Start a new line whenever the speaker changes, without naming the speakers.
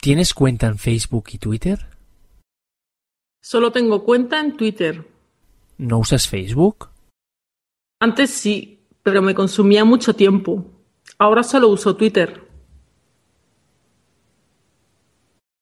¿Tienes cuenta en Facebook y Twitter?
Solo tengo cuenta en Twitter.
¿No usas Facebook?
Antes sí, pero me consumía mucho tiempo. Ahora solo uso Twitter.